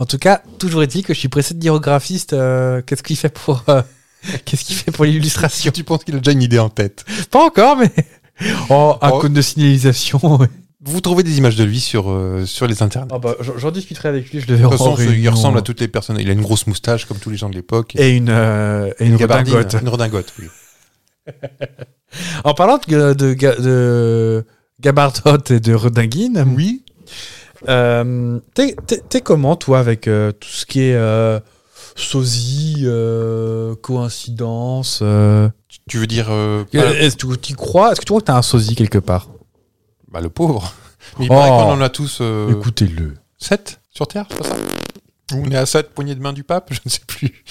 en tout cas, toujours est-il que je suis pressé de dire au graphiste euh, qu'est-ce qu'il fait pour. euh, Qu'est-ce qu'il fait pour l'illustration
Oh, Tu penses qu'il a déjà une idée en tête
Pas encore, mais. Oh, un
Oh.
cône de signalisation. ouais.
Vous trouvez des images de lui sur, euh, sur les internets.
Ah bah, j'en j'en discuterai avec lui, je le verrai.
de toute façon,
en
ce- il
réunion.
ressemble à toutes les personnes. Il a une grosse moustache, comme tous les gens de l'époque.
Et une, euh, et une
gabardine.
redingote.
Une redingote, oui.
En parlant de, de, ga- de gabardotte et de redinguine,
Oui.
euh, t'es- t'es t'es comment, toi, avec euh, tout ce qui est euh, sosie, euh, coïncidence euh,
Tu- Tu veux dire. euh, pas-
Est-ce que tu y crois Est-ce que tu crois que t'as un sosie quelque part
bah, le pauvre. Mais il
Oh.
paraît qu'on en a tous. Euh,
Écoutez-le.
7 sur Terre, c'est pas ça On est à ça de poignée de main du pape Je ne sais plus.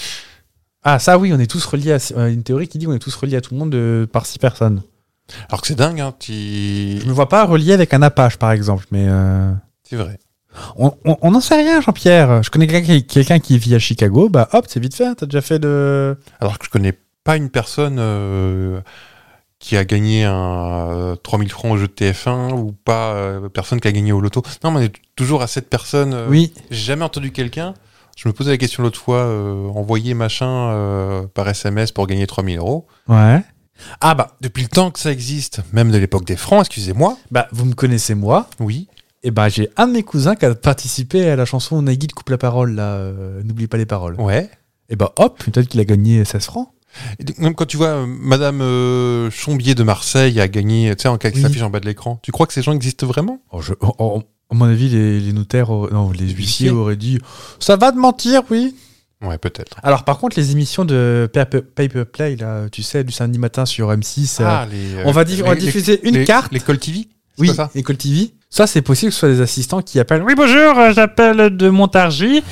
Ah, ça oui, on est tous reliés à. euh, une théorie qui dit qu'on est tous reliés à tout le monde euh, par six personnes.
Alors que c'est dingue, hein, tu-
Je me vois pas relié avec un apache, par exemple, mais. euh,
C'est vrai.
On on- on n'en sait rien, Jean-Pierre. Je connais quelqu'un qui, quelqu'un qui vit à Chicago, bah hop, c'est vite fait, t'as déjà fait le.
Alors que je connais pas une personne euh, qui a gagné un euh, 3000 francs au jeu de TF1 ou pas euh, personne qui a gagné au loto. Non, mais on est toujours à cette personne. euh,
Oui.
J'ai jamais entendu quelqu'un. Je me posais la question l'autre fois, euh, envoyer machin euh, par SMS pour gagner 3000 euros.
Ouais.
Ah bah, depuis le temps que ça existe, même de l'époque des francs, excusez-moi.
Bah, vous me connaissez, moi.
Oui.
Et bah, j'ai un de mes cousins qui a participé à la chanson Nagui de Coupe la Parole, là. euh, N'oublie pas les paroles.
Ouais.
Et bah, hop, peut-être qu'il a gagné 16 francs.
Et donc, même quand tu vois euh, Madame euh, Chombier de Marseille a gagné, tu sais, en cas qui
Oui.
s'affiche en bas de l'écran, tu crois que ces gens existent vraiment
Oh, je- oh, oh, à mon avis, les, les notaires, auraient- non, les
Huissiers.
huissiers auraient dit Ça va de mentir, oui.
Ouais, peut-être.
Alors, par contre, les émissions de Paper, Paper Play, là, tu sais, du samedi matin sur M6, euh,
Ah, les,
on va, di- on va diffuser une carte.
L'école TV c'est
Oui,
pas ça
École TV. Ça, c'est possible que ce soit des assistants qui appellent. Oui, bonjour, euh, j'appelle de Montargis.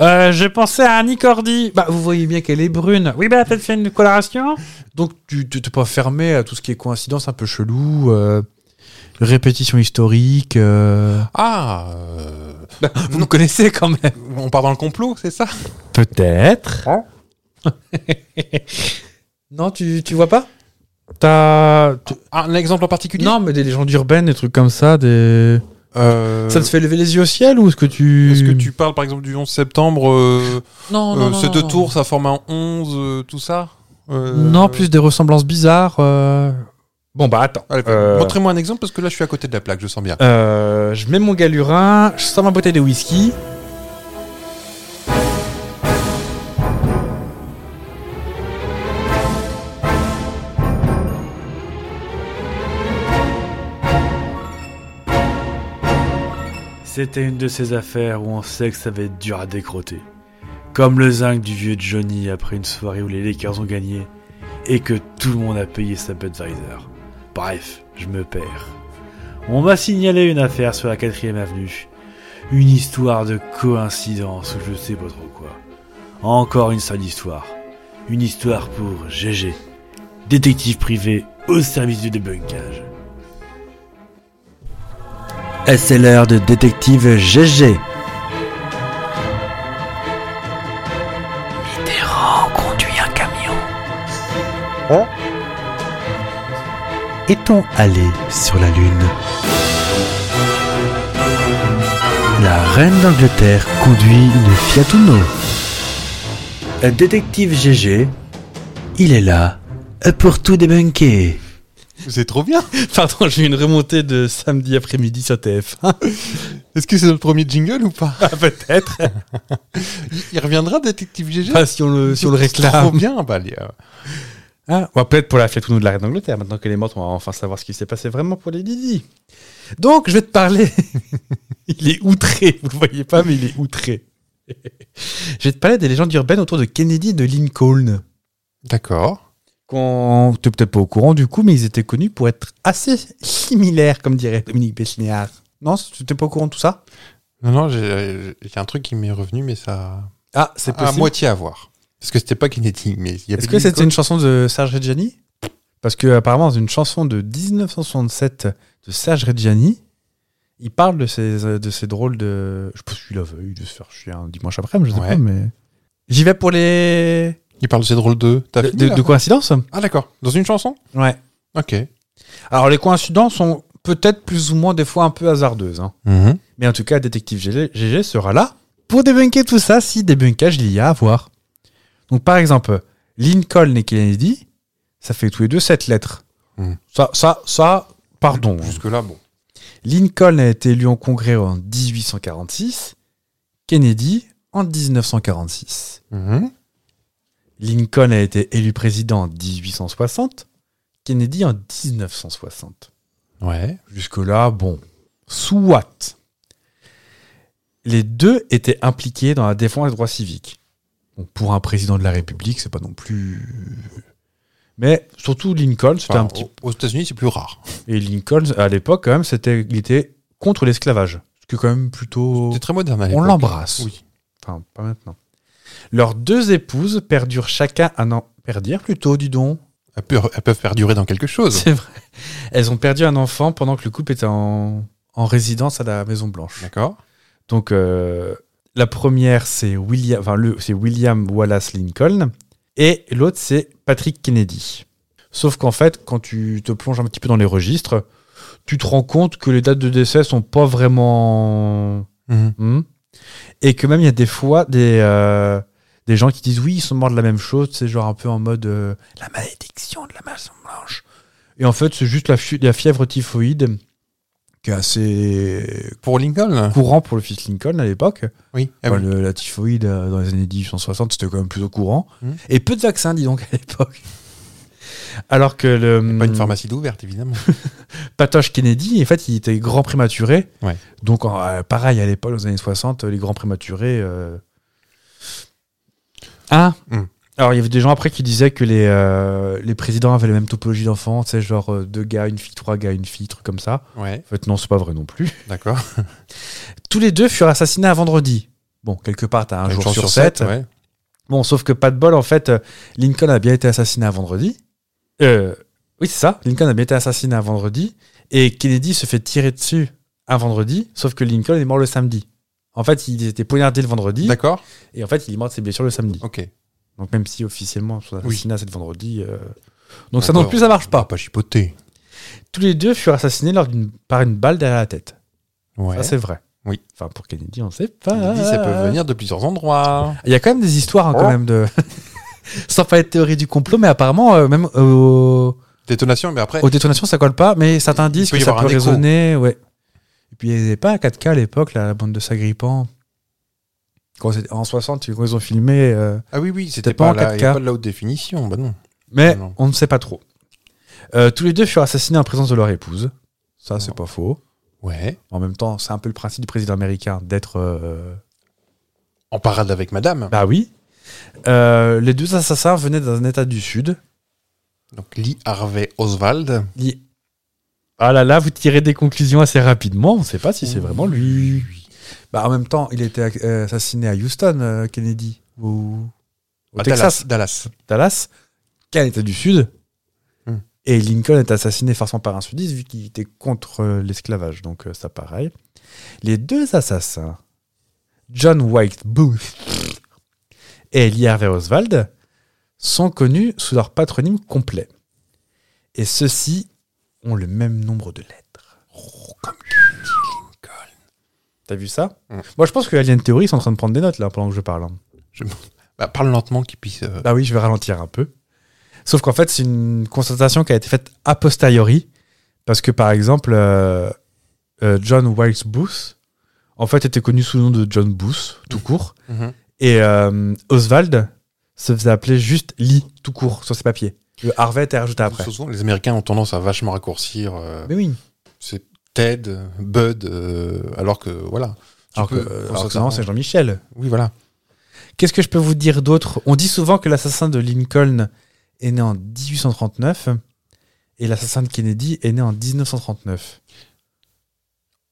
Euh, je pensais à Annie Cordy. Bah, vous voyez bien qu'elle est brune. Oui, bah, elle a peut-être fait une coloration. Donc, tu tu t'es pas fermé à tout ce qui est coïncidence un peu chelou, euh, répétition historique. euh.
Ah euh,
Vous me connaissez quand même.
On part dans le complot, c'est ça
Peut-être.
Hein
non, tu, tu vois pas T'as. tu-
Un exemple en particulier
Non, mais des légendes urbaines, des trucs comme ça, des.
Euh,
Ça te fait lever les yeux au ciel ou est-ce que tu.
Est-ce que tu parles par exemple du 11 septembre euh,
Oh, Non,
euh, ces deux tours, ça forme un 11, euh, tout ça Euh,
Non, plus des ressemblances bizarres. euh. Bon, bah attends.
Allez,
Euh,
Montrez-moi un exemple parce que là je suis à côté de la plaque, je sens bien.
euh, je mets mon galurin, je sors ma bouteille de whisky.
C'était une de ces affaires où on sait que ça va être dur à décrotter. Comme le zinc du vieux Johnny après une soirée où les Lakers ont gagné et que tout le monde a payé sa Budweiser. Bref, je me perds. On m'a signalé une affaire sur la 4ème avenue. Une histoire de coïncidence ou je sais pas trop quoi. Encore une sale histoire. Une histoire pour GG. Détective privé au service du débunkage. Et c'est l'heure de détective GG. Mitterrand conduit un camion. Est-on allé sur la Lune La reine d'Angleterre conduit une Fiat Uno. Un détective GG, il est là pour tout débunker.
C'est trop bien
Pardon, j'ai eu une remontée de samedi après-midi sur TF1.
Est-ce que c'est notre premier jingle ou pas
Ah, Peut-être.
Il- Il reviendra, Détective GG
Pas Ah, si on le, si on le
C'est trop
réclame.
bien, bah, les, euh,
Hein on va peut-être pour la fête ou nous de la reine d'Angleterre. Maintenant qu'elle est morte, on va enfin savoir ce qui s'est passé vraiment pour les Didi. Donc, je vais te parler. il est outré. Vous le voyez pas, mais il est outré. je vais te parler des légendes urbaines autour de Kennedy et de Lincoln.
D'accord.
qu'on t'es peut-être pas au courant du coup, mais ils étaient connus pour être assez similaires, comme dirait Dominique Besnéard. Non, tu t'es pas au courant de tout ça
Non, non, j'ai euh, j'ai un truc qui m'est revenu, mais ça.
Ah, c'est
À moitié à voir. Parce que c'était pas Kennedy, mais il y avait
Est-ce que
Lincoln.
c'était une chanson de Serge Reggiani Parce que apparemment, c'est une chanson de 1967 de Serge Reggiani. Il parle de ces, euh, de ces drôles de. Je pense qu'il la veille de se faire chier un dimanche après, je sais
Ouais.
pas, mais. J'y vais pour les.
Il parle de ces drôles de. T'as
De,
fini,
de-
là
de coïncidences
Ah, d'accord. Dans une chanson
Ouais.
Ok.
Alors, les coïncidences sont peut-être plus ou moins des fois un peu hasardeuses. hein.
Mhm.
Mais en tout cas, Détective GG GG sera là pour débunker tout ça si débunkage il y a à voir. Donc par exemple, Lincoln et Kennedy, ça fait tous les deux sept lettres.
Hmm.
Ça, ça, ça, pardon.
Jusque-là, bon.
Lincoln a été élu en congrès en 1846, Kennedy en 1946.
Mhm.
Lincoln a été élu président en 1860, Kennedy en 1960.
Ouais.
Jusque-là, bon. Soit. Les deux étaient impliqués dans la défense des droits civiques. Bon, pour un président de la République, c'est pas non plus. Mais surtout Lincoln, c'était
Enfin,
un petit.
aux- Aux États-Unis, c'est plus rare.
Et Lincoln, à l'époque, quand même, c'était, il était contre l'esclavage. Ce qui est quand même plutôt.
C'était très moderne à l'époque.
On l'embrasse.
Oui.
Enfin, pas maintenant. Leurs deux épouses perdurent chacun un an. Perdirent plutôt, dis donc.
Elles peuvent, elles peuvent perdurer dans quelque chose.
C'est vrai. Elles ont perdu un enfant pendant que le couple était en, en résidence à la Maison Blanche.
D'accord
Donc euh, la première c'est William, enfin, le- c'est William Wallace Lincoln et l'autre c'est Patrick Kennedy. Sauf qu'en fait, quand tu te plonges un petit peu dans les registres, tu te rends compte que les dates de décès sont pas vraiment
Mhm.
Hmm. Et que même, il y a des fois des, euh, des gens qui disent oui, ils sont morts de la même chose, c'est genre un peu en mode euh, la malédiction de la maison blanche. Et en fait, c'est juste la, fu- la fièvre typhoïde qui est assez
Pour Lincoln
courant pour le fils Lincoln à l'époque.
Oui. Ah
Enfin,
oui.
le- la typhoïde euh, dans les années 1860, c'était quand même plutôt courant.
Hmm.
Et peu de vaccins, dis donc, à l'époque. Alors que le.
Pas une pharmacie d'ouverte, évidemment.
Patoche Kennedy, en fait, il était grand prématuré.
Ouais.
Donc, en- euh, pareil, à l'époque, dans les années 60, les grands prématurés. euh, Hein
Mm.
Alors, il y avait des gens après qui disaient que les, euh, les présidents avaient la même topologie d'enfants, tu sais, genre euh, deux gars, une fille, trois gars, une fille, truc comme ça.
ouais,
En fait, non, c'est pas vrai non plus.
d'accord.
Tous les deux furent assassinés à vendredi. Bon, quelque part, t'as un
Une
jour
chance
sur, sept.
ouais.
Bon, sauf que pas de bol, en fait, euh, Lincoln a bien été assassiné à vendredi. Euh, oui, c'est ça. Lincoln a bien été assassiné à vendredi. Et Kennedy se fait tirer dessus un vendredi, sauf que Lincoln est mort le samedi. En fait, il était poignardé le vendredi.
D'accord
Et en fait, il est mort de ses blessures le samedi.
Ok.
Donc, même si officiellement son
Oui.
assassinat c'est le vendredi. euh, Donc, ça
Encore.
non plus, ça marche
Pas,
pas.
pas chipoté.
Tous les deux furent assassinés lors d'une- par une balle derrière la tête.
Ouais.
Ça, c'est vrai.
Oui.
Enfin, pour Kennedy, on sait pas.
Il dit, ça peut venir de plusieurs endroits.
Il y a quand même des histoires, hein, quand même, de. Sans pas être théorie du complot, mais apparemment, euh, même au-
Détonation, mais après,
aux détonations, ça colle pas, mais certains
Il
disent
peut
que
y
ça
avoir
peut
un écho.
résonner. Ouais. Et puis, il n'y avait pas à 4K à l'époque, la bande de Sagripan. Quand c'était- en 60, quand ils ont filmé. euh,
Ah oui, oui, c'était
C'était
pas,
pas en
la,
4K.
y a pas de la haute définition, bah non.
mais
Non.
on ne sait pas trop. Euh, tous les deux furent assassinés en présence de leur épouse. Ça, c'est
Non.
pas faux.
Ouais.
En même temps, c'est un peu le principe du président américain d'être. euh,
En parade avec madame.
Bah oui. Euh, les deux assassins venaient d'un état du Sud.
Donc Lee Harvey Oswald.
Il- Ah là là, vous tirez des conclusions assez rapidement. On ne sait pas si c'est vraiment lui. Bah, en même temps, il était euh, assassiné à Houston, euh, Kennedy. Au, au
Ah,
Texas,
Dallas. Dallas.
Dallas. Quel état du Sud
Hmm.
Et Lincoln est assassiné forcément par un sudiste vu qu'il était contre euh, l'esclavage. Donc, euh, ça, pareil. Les deux assassins, John White Booth et Lee Harvey Oswald, sont connus sous leur patronyme complet. Et ceux-ci ont le même nombre de lettres. T'as vu ça
Mm.
Moi, je pense que Alien Theory ils sont en train de prendre des notes là pendant que je parle. hein.
Bah, parle lentement qu'il puisse. euh,
Bah oui, je vais ralentir un peu. Sauf qu'en fait, c'est une constatation qui a été faite a posteriori. Parce que par exemple, euh, euh, John Wilkes Booth, en fait, était connu sous le nom de John Booth, tout court.
mhm.
Et euh, Oswald se faisait appeler juste Lee, tout court, sur ses papiers. Le Harvey était rajouté après.
Souvent, les Américains ont tendance à vachement raccourcir. euh,
Mais oui.
c'est Ted, euh, Bud, euh, alors que voilà. Tu
Alors que,
peux-
euh,
faut
alors
s'en
que non, c'est
sortir.
Jean-Michel.
Oui, voilà.
Qu'est-ce que je peux vous dire d'autre On dit souvent que l'assassin de Lincoln est né en 1839 et l'assassin de Kennedy est né en 1939.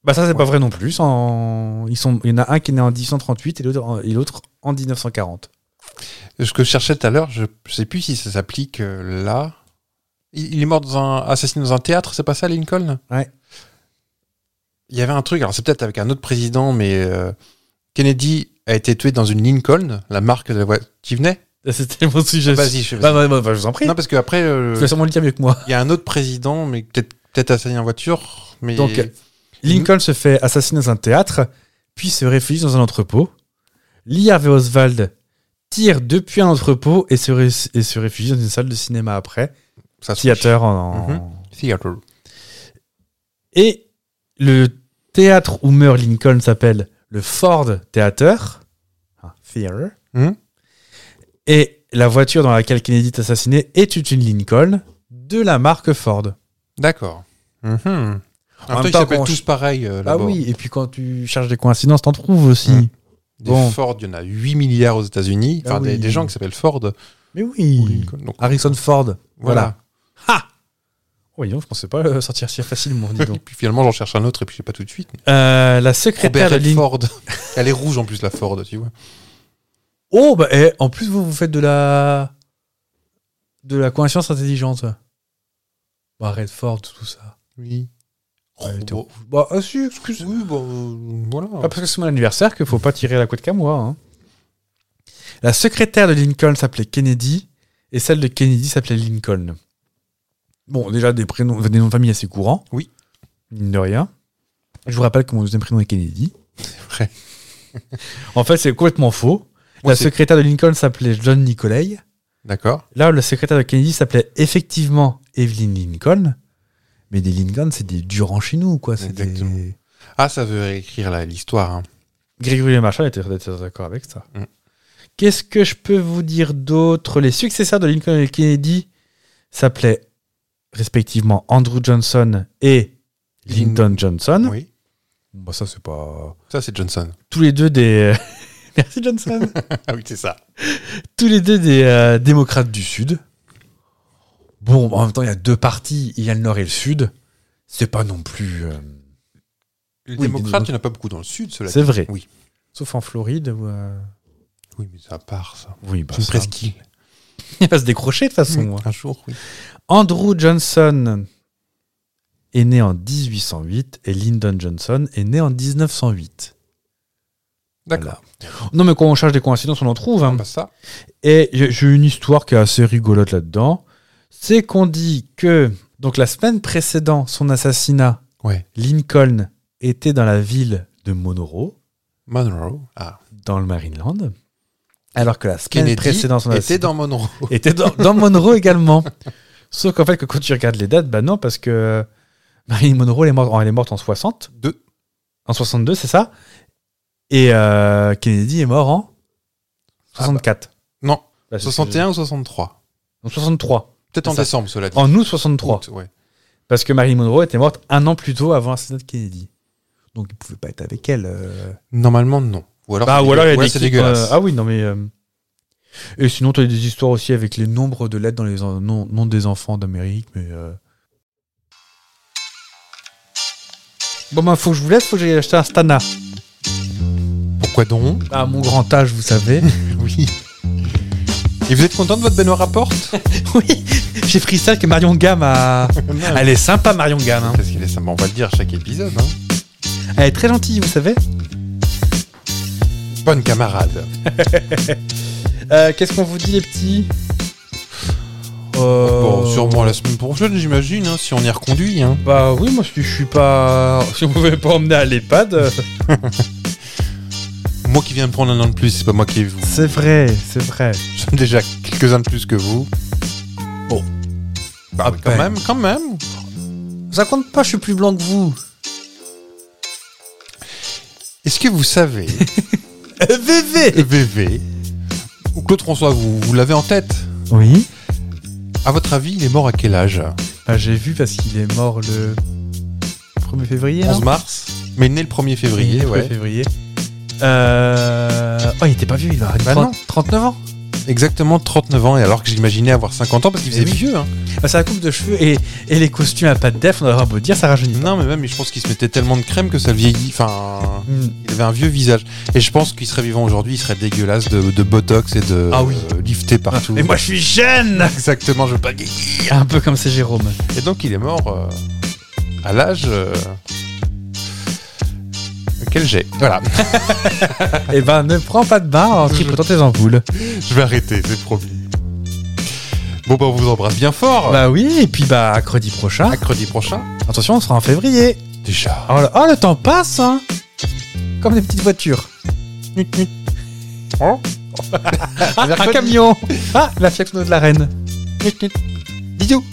Bah ça c'est pas
Ouais.
vrai non plus. En- Ils sont... Il y en a un qui est né en 1838 et l'autre en... et l'autre en 1940.
Ce que je cherchais tout à l'heure, je je sais plus si ça s'applique euh, là. Il, il est mort dans un assassiné dans un théâtre, c'est pas ça, Lincoln
Ouais.
Il y avait un truc, alors c'est peut-être avec un autre président, mais euh, Kennedy a été tué dans une Lincoln, la marque de la voiture qui venait.
Ah, C'était mon sujet.
Vas-y, je-
Bah, bah, bah, bah, je vous en prie.
Non, parce qu'après,
Tu vas sûrement le dire mieux que moi.
il y a un autre président, mais peut-être peut-être assassiné en voiture. Mais
Donc, Lincoln se fait assassiner dans un théâtre, puis se réfugie dans un entrepôt. Lee Harvey Oswald tire depuis un entrepôt et se, ré- et se réfugie dans une salle de cinéma après.
ça se
Theater en-
Mhm. Theater.
Et le théâtre où meurt Lincoln s'appelle le Ford Theater. Ah, Theater.
Mhm.
Et la voiture dans laquelle Kennedy est assassiné est une Lincoln de la marque Ford.
D'accord. Mhm. En,
même
même temps, ils
temps,
s'appellent
quand-
tous pareil. euh,
Ah
là-bas.
oui, et puis quand tu cherches des coïncidences, t'en trouves aussi.
Mhm. Des
bon.
Ford, il y en a 8 milliards aux États-Unis.
Ah
Enfin, des,
oui.
des gens qui s'appellent Ford.
Mais oui.
Donc,
Harrison Ford.
voilà.
Voilà. Ha Voyons, je pensais pas le sortir si facilement, dis
Et
donc.
puis finalement, j'en cherche un autre et puis j'ai pas tout de suite.
Euh, la secrétaire
Robert
de Lin-
Redford. Elle est rouge en plus, la Ford, tu vois.
Oh, bah, eh, en plus, vous, vous faites de la. de la conscience intelligente. Bah, Redford, tout ça.
Oui.
Ouais, t'es-
Bon,
Bah, ah, si, excuse.
Oh. oui, bon, euh, voilà.
Ah, parce que c'est mon anniversaire qu'il faut pas tirer la couette qu'à moi. hein. La secrétaire de Lincoln s'appelait Kennedy et celle de Kennedy s'appelait Lincoln. Bon, déjà des prénoms, des noms de famille assez courants.
Oui.
Mine de rien. Je vous rappelle que mon deuxième prénom est Kennedy. C'est
vrai.
en fait, c'est complètement faux.
Moi,
la
c'est-
secrétaire de Lincoln s'appelait John Nicolay.
D'accord.
Là, le secrétaire de Kennedy s'appelait effectivement Evelyn Lincoln. Mais des Lincoln, c'est des Durand chez nous, quoi. C'est
Exactement.
des-
Ah, ça veut réécrire la- l'histoire. hein.
Grégory Le Marchal était était d'accord avec ça.
Mm.
Qu'est-ce que je peux vous dire d'autre Les successeurs de Lincoln et Kennedy s'appelaient respectivement Andrew Johnson et
Lin-
Lyndon Johnson.
Oui.
Bah, ça, c'est pas.
Ça, c'est Johnson.
Tous les deux des. Merci Johnson
Ah oui, c'est ça.
Tous les deux des euh, démocrates du Sud. Bon, en même temps, il y a deux partis. Il y a le Nord et le Sud. C'est pas non plus. euh,
Les
Oui,
démocrates,
dis-donc.
il n'y en a pas beaucoup dans le sud, cela
C'est
dit.
vrai.
Oui.
Sauf en Floride où. euh,
Oui, mais c'est à part, ça.
Oui, bah,
C'est une
ça-
presqu'île.
Il va se décrocher de toute façon. hein.
Un jour, oui.
Andrew Johnson est né en 1808 et Lyndon Johnson est né en 1908.
D'accord.
Non, mais quand on cherche des coïncidences, on en trouve. hein.
Ah, bah, ça.
Et j'ai j'ai une histoire qui est assez rigolote là-dedans. C'est qu'on dit que, donc la semaine précédant son assassinat,
Ouais.
Lincoln était dans la ville de Monroe,
Monroe. Ah.
dans le Maryland, alors que la semaine
Kennedy
précédant son assassinat.
était dans Monroe.
était dans, dans Monroe également. Sauf qu'en fait, que quand tu regardes les dates, bah non, parce que Marilyn Monroe, elle est morte, elle est morte en 60,
Deux.
en 62, c'est ça Et euh, Kennedy est mort en
Ah bah.
64.
Non.
Bah, c'est ce que-
61 ou 63
En 63.
Peut-être en
Ça.
décembre, cela dit.
En août 63.
Août, ouais.
Parce que Marilyn Monroe était morte un an plus tôt avant l'assassinat de Kennedy. Donc il pouvait pas être avec elle. euh.
Normalement, non. Ou alors,
Bah,
c'est
ou alors il y a
dégueu- ouais,
des
c'est
qui-
dégueulasse.
euh, ah oui, non mais. euh, Et sinon, tu as des histoires aussi avec les nombres de lettres dans les en- noms noms des enfants d'Amérique, mais. euh. Bon, bah, faut que je vous laisse, faut que j'aille acheter un Stana. Bah,
Pourquoi donc
À mon grand âge, vous savez.
Oui. Et vous êtes content de votre baignoire à porte
oui, j'ai pris celle que Marion Gamme a.
Qu'est-ce
Elle est sympa, Marion Gamme. hein.
qu'il est sympa On va le dire à chaque épisode. hein.
Elle est très gentille, vous savez.
Bonne camarade.
Euh, Qu'est-ce qu'on vous dit, les petits Euh,
Bon, sûrement la semaine prochaine, j'imagine, hein, si on y reconduit. hein.
Bah oui, moi si je suis pas. Si vous pouvez pas emmener à l'EHPAD. euh,
Moi qui viens de prendre un an de plus, c'est pas moi qui vous.
C'est vrai, c'est vrai.
J'en ai déjà quelques-uns de plus que vous. Bon. Bah,
Ah,
oui, quand
ouais.
même, quand même.
Ça compte pas, je suis plus blanc que vous.
Est-ce que vous savez,
Euh, VV
VV, ou Claude François, vous, vous l'avez en tête
Oui
À votre avis, il est mort à quel âge
ah, J'ai vu parce qu'il est mort le 1er février.
11
non
mars Mais né le 1er février,
Le 1er
ouais.
février. Euh... Oh, il était pas vieux, il a
Bah non.
39 ans.
Exactement 39 ans, et alors que j'imaginais avoir 50 ans parce qu'il
Eh
faisait
oui.
vieux. hein.
Bah, c'est la coupe de cheveux et, et les costumes à pas de def, on a beau dire, ça rajeunit.
Non, mais même, je pense qu'il se mettait tellement de crème que ça le vieillit. Enfin,
Hmm.
il avait un vieux visage. Et je pense qu'il serait vivant aujourd'hui, il serait dégueulasse de, de botox et de
Ah oui.
euh, lifté partout.
Et moi, je suis jeune
Exactement, je veux pas vieillir.
Un peu comme c'est Jérôme.
Et donc il est mort euh, à l'âge euh, Quel j'ai. Voilà,
Eh ben, ne prends pas de bain en tripotant tes ampoules.
je vais arrêter, c'est promis. Bon bah on vous embrasse bien fort.
Bah oui, et puis bah, mercredi prochain.
Mercredi prochain.
Attention, on sera en février.
Déjà.
Oh, le- oh, le temps passe, hein Comme des petites voitures. Ah, un
Mercredi.
camion Ah, la fiac de la reine. Bisous